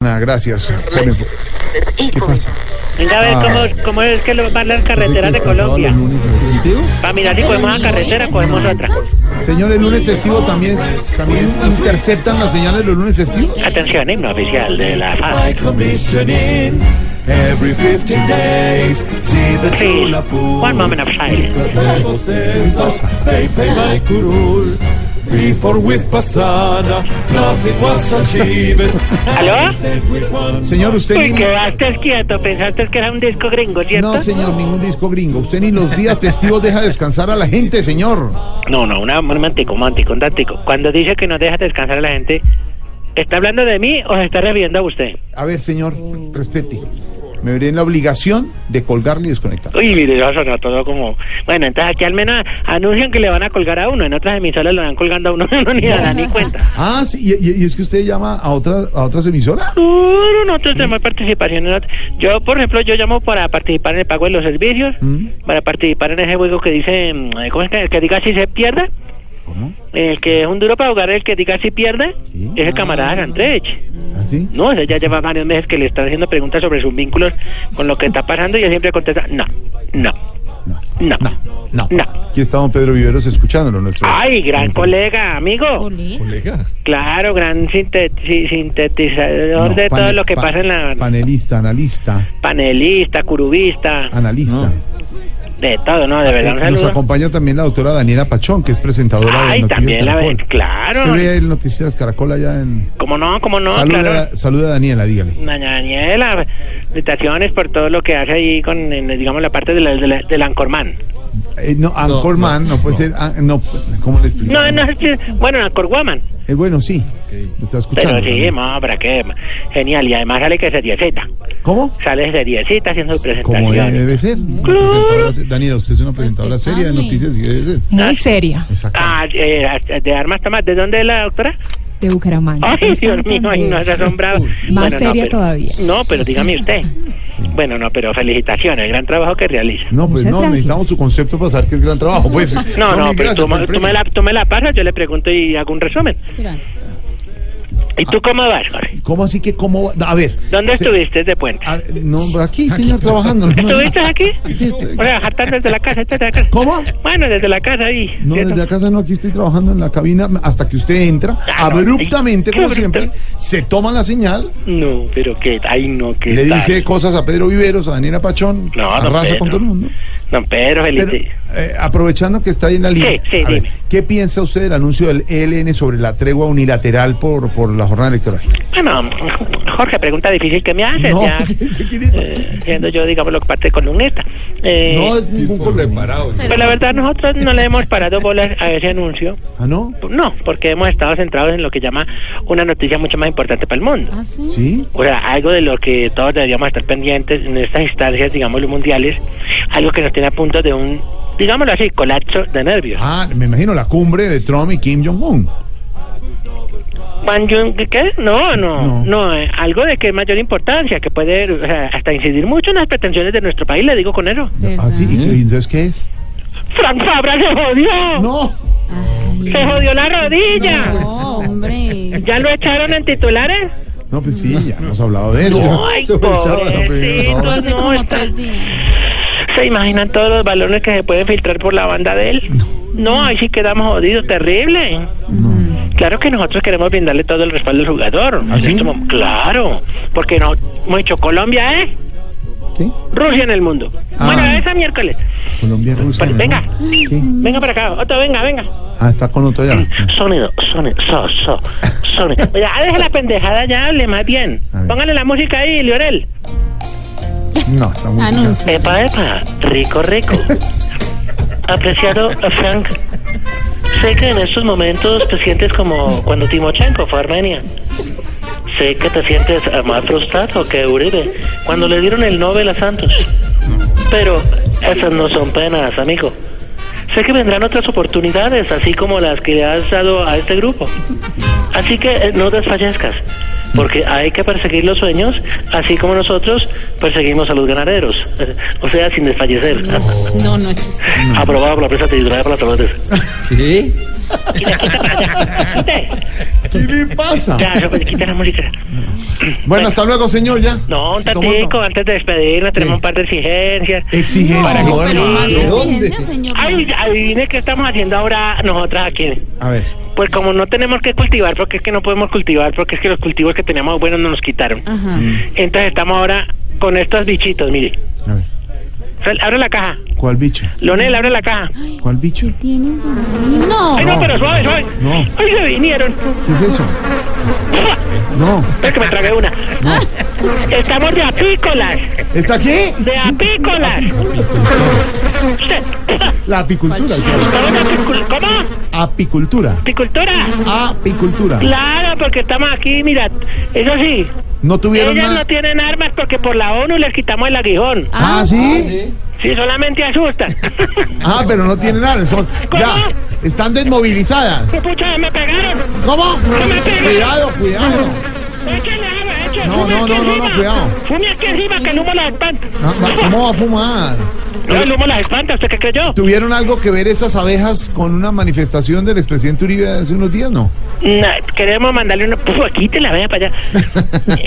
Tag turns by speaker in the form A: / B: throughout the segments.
A: Nada, Ah, gracias. por la info- ¿Qué pasa?
B: Venga a ver cómo, cómo es que lo- van las carreteras de Colombia. Para mirar si cogemos una carretera, cogemos otra.
A: Señores, lunes festivo también, también interceptan las señales los lunes festivos.
B: Atención, himno oficial de la FAS.
C: My commissioning every 50 days. See the
B: Please,
C: Tula fool.
B: one moment of silence.
C: Because the devil says that they pay my curul. Before with Pastrana, nothing was achieved.
B: ¿Aló?
C: Instead with one
A: Señor, usted
B: Uy,
A: ni...
B: quedaste quieto, pensaste que era un disco gringo, ¿cierto?
A: No, señor, ningún disco gringo. Usted ni los días festivos deja descansar a la gente, señor.
B: No, no, una, un mantico, un mantico, un táctico. Cuando dice que no deja descansar a la gente, ¿está hablando de mí o se está refiriendo a usted?
A: A ver, señor, respete. Me veré en la obligación de colgarle y desconectar.
B: Uy, mire, eso sonó todo como... Bueno, entonces aquí al menos anuncian que le van a colgar a uno, en otras emisoras lo van colgando a uno, uno ni se da ni cuenta.
A: Ah, sí, y, y- y es que usted llama a otras a otras emisoras.
B: Claro, nosotros tenemos participación. en ot- Yo, por ejemplo, yo llamo para participar en el pago de los servicios,
A: Mm.
B: para participar en ese juego que dice, mm, ¿cómo es que, que diga si se pierde?
A: ¿Cómo?
B: El que es un duro para jugar, el que diga si pierde,
A: Sí.
B: es el camarada Santrech.
A: ¿Así?
B: No, ese ya lleva varios meses que le están haciendo preguntas sobre sus vínculos con lo que está pasando y él siempre contesta, no, no,
A: No,
B: no.
A: no, no.
B: No.
A: Aquí está don Pedro Viveros escuchándolo. Nuestro...
B: Ay, gran colega, amigo.
D: Colega.
B: Claro, gran sinte- si- sintetizador
A: No,
B: de todo
A: pane-
B: lo que
A: pa-
B: pasa en la
A: Panelista, analista,
B: panelista, curubista.
A: analista.
B: De todo, ¿no? De
A: Eh,
B: verdad, un
A: nos
B: saludo.
A: acompaña también la doctora Daniela Pachón, que es presentadora de
B: Ay,
A: Noticias
B: también la ve,
A: Caracol.
B: claro.
A: ¿Usted ve el Noticias Caracol allá en...
B: ¿Cómo no? ¿Cómo no?
A: saluda,
B: Claro.
A: saluda a Daniela, dígale.
B: Doña Daniela, felicitaciones por todo lo que hace ahí con, en, digamos, la parte de la, de la- del Ancorman.
A: Eh, no, Ancorman, no,
D: no,
A: puede
D: no.
A: ser... ah, no, ¿cómo le explico?
B: No, no, es que- bueno, Ancorwoman.
A: Eh, bueno, sí, lo está escuchando.
B: Pero sí,
A: también.
B: no, para qué. Genial. Y además sale que se diecita.
A: ¿Cómo?
B: Sale de diecita haciendo
A: Como
B: presentaciones.
A: debe ser. una
B: Claro.
A: presentadora se- Daniela, usted es
E: Pues
A: una presentadora seria de
E: Respetable.
A: noticias y debe ser.
E: Muy seria,
A: Exacto.
B: Ah, eh, de armas Tomás, ¿de dónde es la doctora?
E: de Bucaramanga.
B: Ay, Dios mío, ay, no se asombrado.
E: Más seria
B: pero,
E: todavía.
B: No, pero dígame usted. Bueno, no, pero felicitaciones, gran trabajo que realiza.
A: No, pues
E: Muchas
A: no,
E: gracias.
A: necesitamos su concepto para saber que es gran trabajo. Pues,
B: Ah, No, no,
A: mil
B: pero
A: gracias
B: tú,
A: por el
B: tú
A: premio.
B: me la, tú me la pasas, yo le pregunto y hago un resumen. ¿Y
A: Ah.
B: tú cómo vas, Jorge?
A: ¿Cómo así que cómo? va? A ver.
B: ¿Dónde
A: se-
B: estuviste de puente?
A: a- no, aquí, señor, trabajando. No,
B: ¿Estuviste aquí?
A: Sí, estoy-
B: O sea, jactar desde la casa, desde la casa.
A: ¿Cómo?
B: Bueno, desde la casa ahí.
A: No,
B: ¿cierto?
A: desde la casa no, aquí estoy trabajando en la cabina hasta que usted entra,
B: Ah, no,
A: abruptamente,
B: ay, qué
A: como
B: bruto.
A: siempre, se toma la señal,
B: No, pero que, ay, no, que.
A: le dice cosas a Pedro Viveros, a Daniela Pachón,
B: No, no,
A: arrasa
B: Pedro.
A: con todo el mundo.
B: Don Pedro, feliz.
A: Pero, eh, aprovechando que está ahí en la línea,
B: Sí, sí,
A: a ver,
B: dime.
A: ¿qué piensa usted del anuncio del ELN sobre la tregua unilateral por, por la jornada electoral?
B: Bueno, Jorge, pregunta difícil que me haces.
A: No,
B: ya,
A: ¿qué quiere decir?
B: eh, siendo yo, digamos, lo que parte de columnista. Eh,
A: No es ningún problema.
B: Pues la verdad nosotros no le hemos parado bolas a ese anuncio.
A: ¿Ah, no?
B: Pues No, porque hemos estado centrados en lo que llama una noticia mucho más importante para el mundo.
E: Ah,
A: ¿Sí?
B: O sea, algo de lo que todos deberíamos estar pendientes en estas instancias, digamos, los mundiales, algo que nos tiene a punto de un, digámoslo así, colapso de nervios.
A: Ah, me imagino la cumbre de Trump y Kim Jong-un.
B: Juan Jung, ¿qué? No, no,
A: No.
B: no, eh, algo de que es mayor importancia, que puede o sea, hasta incidir mucho en las pretensiones de nuestro país, le digo con eso.
A: ¿Ah, sí? ¿Y qué- y entonces qué es?
B: Frank Fabra se jodió,
A: No. pues.
B: se jodió la rodilla.
E: No, hombre.
B: ¿Ya lo echaron en titulares?
A: No, pues sí, ya hemos hablado de eso.
B: Ay,
A: Eso fue el sábado, pero
B: pobrecito,
A: no.
E: Hace
B: no,
E: como
B: está-
E: tres días.
B: ¿Se imaginan todos los balones que se pueden filtrar por la banda de él? No, ahí sí quedamos jodidos, terrible. Claro que nosotros queremos brindarle todo el respaldo al jugador.
A: ¿Ah, sí?
B: En este mom- claro, porque no, mucho Colombia, ¿eh?
A: ¿Qué?
B: Rusia en el mundo.
A: Ah.
B: Bueno, esa miércoles.
A: Colombia, Rusia.
B: Pues
A: ¿no?
B: venga.
A: ¿Qué?
B: Venga para acá, Otto, venga, venga.
A: Ah, está con otro ya.
B: Sonido, sonido, so, so, sonido. Oiga, deje la pendejada ya, hable más bien.
A: A ver.
B: Póngale la música ahí, Liorel.
A: No, está
B: Ah,
A: muy
E: Anuncio.
B: Epa, epa, rico, rico. Apreciado Frank, sé que en estos momentos te sientes como cuando Timochenko fue a Armenia. Sé que te sientes eh, más frustrado que Uribe cuando le dieron el Nobel a Santos. Pero esas no son penas, amigo. Sé que vendrán otras oportunidades, así como las que le has dado a este grupo. Así que eh, no desfallezcas, porque hay que perseguir los sueños, así como nosotros perseguimos a los ganaderos. Eh, O sea, sin desfallecer.
E: No, no es chistoso.
B: Aprobado por la prensa titulada por la Torres.
A: ¿Qué? ¿Qué le pasa?
B: Ya, pues quita la música.
A: Bueno, hasta luego, señor, ya.
B: No, un
A: Se tomó
B: tatico,
A: otro.
B: antes de despedirnos, tenemos un par de exigencias.
A: Exigencia,
E: No,
A: joder,
E: pero más
A: ¿de dónde?
E: exigencia, señor.
B: Ay, adivine qué estamos haciendo ahora nosotras aquí.
A: A ver.
B: Pues como no tenemos que cultivar, porque es que no podemos cultivar, porque es que los cultivos que teníamos buenos nos los quitaron.
E: Ajá.
B: Entonces estamos ahora con estos bichitos, mire.
A: A ver.
B: Fel, Abre la caja.
A: ¿Cuál bicho?
B: Lonel, abre la caja.
A: ¿Cuál bicho?
E: ¿Tienen por ahí? No.
B: Ay, no, pero suave, suave.
A: No.
B: Ay, se vinieron.
A: ¿Qué es eso? No.
B: Es que me tragué una. Estamos de apícolas,
A: ¿Está aquí?
B: de apícolas.
A: La apicultura.
B: Estamos de apicul- ¿Cómo?
A: Apicultura.
B: ¿Apicultura?
A: Apicultura.
B: Claro, porque estamos aquí, mira, eso sí,
A: No tuvieron
B: ellas
A: nada.
B: no tienen armas porque por la ONU les quitamos el aguijón.
A: Ah, ¿sí?
B: Sí, solamente asustan.
A: Ah, pero no tienen nada. Son... Ya. Están desmovilizadas.
B: Pucha, me pegaron.
A: ¿Cómo?
B: me pegué.
A: Cuidado, cuidado.
B: Échale agua, échale.
A: No,
B: fume
A: no,
B: aquí
A: no, no, no,
B: encima.
A: cuidado.
B: Fume aquí encima que el humo las espanta.
A: Ah, eh. va- ¿Cómo va a fumar?
B: No, el humo las espanta, ¿usted qué creyó?
A: ¿Tuvieron algo que ver esas abejas con una manifestación del expresidente Uribe hace unos días? No.
B: Na- queremos mandarle una... Puf, aquí te la vea para allá.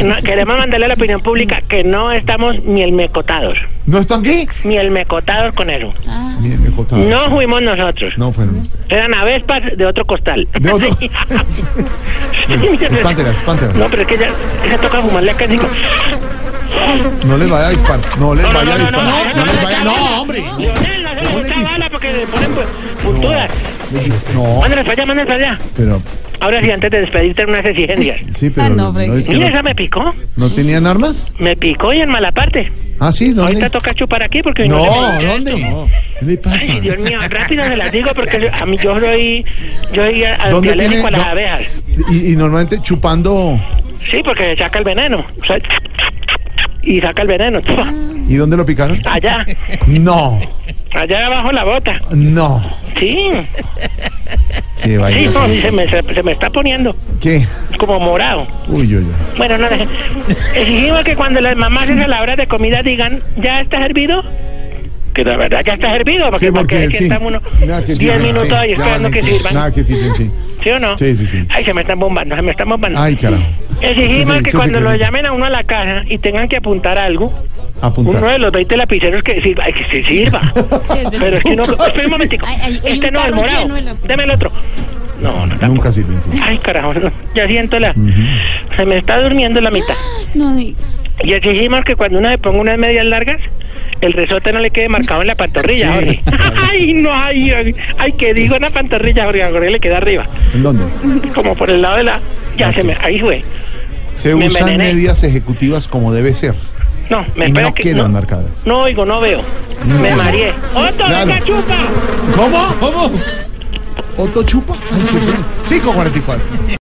B: No, queremos mandarle a la opinión pública que no estamos ni el mecotados,
A: ¿No están aquí?
B: ni el mecotados con eso.
A: Ah. Bien, me contaba.
B: No fuimos nosotros.
A: No fueron ustedes.
B: Eran avespas de otro costal.
A: De otro-
B: Sí,
A: Espántela, espántela.
B: No, pero es que ya, ya toca fumarle acá. digo.
A: No les vaya a disparar. No les
B: No, no,
A: vaya a
B: no, no, no,
A: disparar.
B: no,
A: No les
B: no,
A: vaya.
B: no,
A: No, hombre.
B: Leonel, no se le
A: ¿Dónde
B: busca
A: dice?
B: bala porque le ponen pu- puntudas.
A: No,
B: Mándalas para allá, mándalas para allá.
A: pero.
B: Ahora sí, antes de despedirte, unas exigencias.
A: Sí,
E: Ah,
A: pero.
E: no,
A: ¿no, es que
B: Mira,
A: no-
B: esa me picó.
A: ¿no tenían armas?
B: Me picó y en mala parte.
A: Ah, sí,
B: Ahorita
A: ¿dónde?
B: toca chupar aquí porque...
A: No,
B: se me-
A: ¿dónde? ¿Qué le pasa?
B: Ay, Dios mío, rápido se las digo porque a mí yo soy... Yo soy a-
A: ¿Dónde
B: antialérgico a las
A: no-
B: abejas.
A: Y, y normalmente chupando.
B: Sí, porque se saca el veneno. O sea, y saca el veneno.
A: ¿Y dónde lo picaron?
B: Allá,
A: No,
B: allá abajo la bota.
A: no.
B: Sí,
A: Qué
B: sí,
A: vaya.
B: no, se, me, se, se me está poniendo
A: ¿Qué?
B: como morado.
A: Uy, uy, uy.
B: Bueno, no, deje. exigimos que cuando las mamás hacen a la hora de comida digan, ¿ya está servido? Que la verdad ya está servido, porque,
A: Sí,
B: porque
A: porque
B: aquí
A: sí.
B: estamos unos
A: Nada que
B: 10
A: sirven,
B: minutos
A: sí,
B: ahí
A: ya
B: esperando
A: van
B: que
A: en-
B: sirvan.
A: Nada que sirven, sí.
B: ¿Sí o no?
A: Sí, sí, sí.
B: Ay, se me están bombando, se me están bombando.
A: Ay, carajo.
B: Exigimos
A: Sí, sí,
B: que
A: sí,
B: cuando
A: sí,
B: lo
A: sí.
B: llamen a uno a la casa y tengan que apuntar algo, uno de
A: Apuntar.
B: los 20 lapiceros que sirva, ay, que se sirva. Pero es que no, espera un momentico.
E: Ay, ay, hay
B: este
E: un
B: no es el
E: carro
B: morado.
E: lleno de la-
B: Deme el otro. No, no, tampoco.
A: Nunca sirven, sí.
B: Ay, carajo. no. Ya siento la. Se me está durmiendo la mitad.
E: No diga.
B: Y exigimos que cuando uno se ponga unas medias largas, el resorte no le quede marcado en la pantorrilla,
A: Sí.
B: Jorge. Ay, no, ay, ay, ay, que digo en la pantorrilla, Jorge, a Jorge le queda arriba.
A: ¿En dónde?
B: Como por el lado de la. Ya se me. Ahí fue.
A: Se
B: Me
A: usan
B: envenené.
A: medidas ejecutivas como debe ser.
B: No, me
A: Y
B: espero
A: no
B: que.
A: quedan
B: no,
A: marcadas.
B: no oigo, no veo. Me mareé. ¡Otto,
A: Claro.
B: venga, chupa!
A: ¿Cómo? ¿Cómo? ¿Otto chupa? Ay, sí, 5.44.